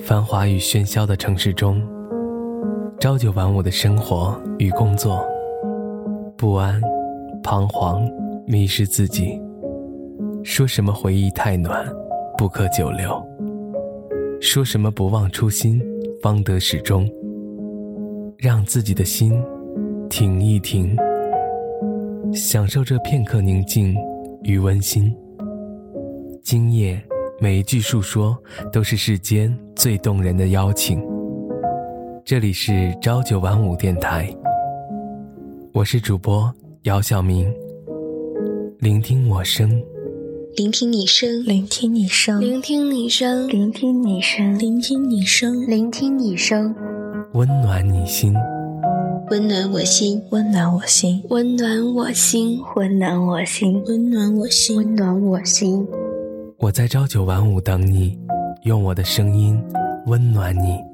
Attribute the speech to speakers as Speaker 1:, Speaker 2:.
Speaker 1: 繁华与喧嚣的城市中，朝九晚五的生活与工作，不安、彷徨、迷失自己。说什么回忆太暖，不可久留；说什么不忘初心，方得始终。让自己的心停一停，享受这片刻宁静与温馨。今夜每一句述说，都是世间最动人的邀请。这里是朝九晚五电台，我是主播姚晓明，聆听我声。
Speaker 2: 聆听你声，
Speaker 3: 聆听你声，
Speaker 4: 聆听你声，
Speaker 5: 聆听你声，
Speaker 6: 聆听你声，
Speaker 7: 聆听你声，
Speaker 1: 温暖你心，
Speaker 2: 温暖我心，
Speaker 3: 温暖我心，
Speaker 4: 温暖我心，
Speaker 7: 温暖我心，
Speaker 6: 温暖我心，
Speaker 7: 温暖我心。
Speaker 1: 我在朝九晚五等你，用我的声音温暖你。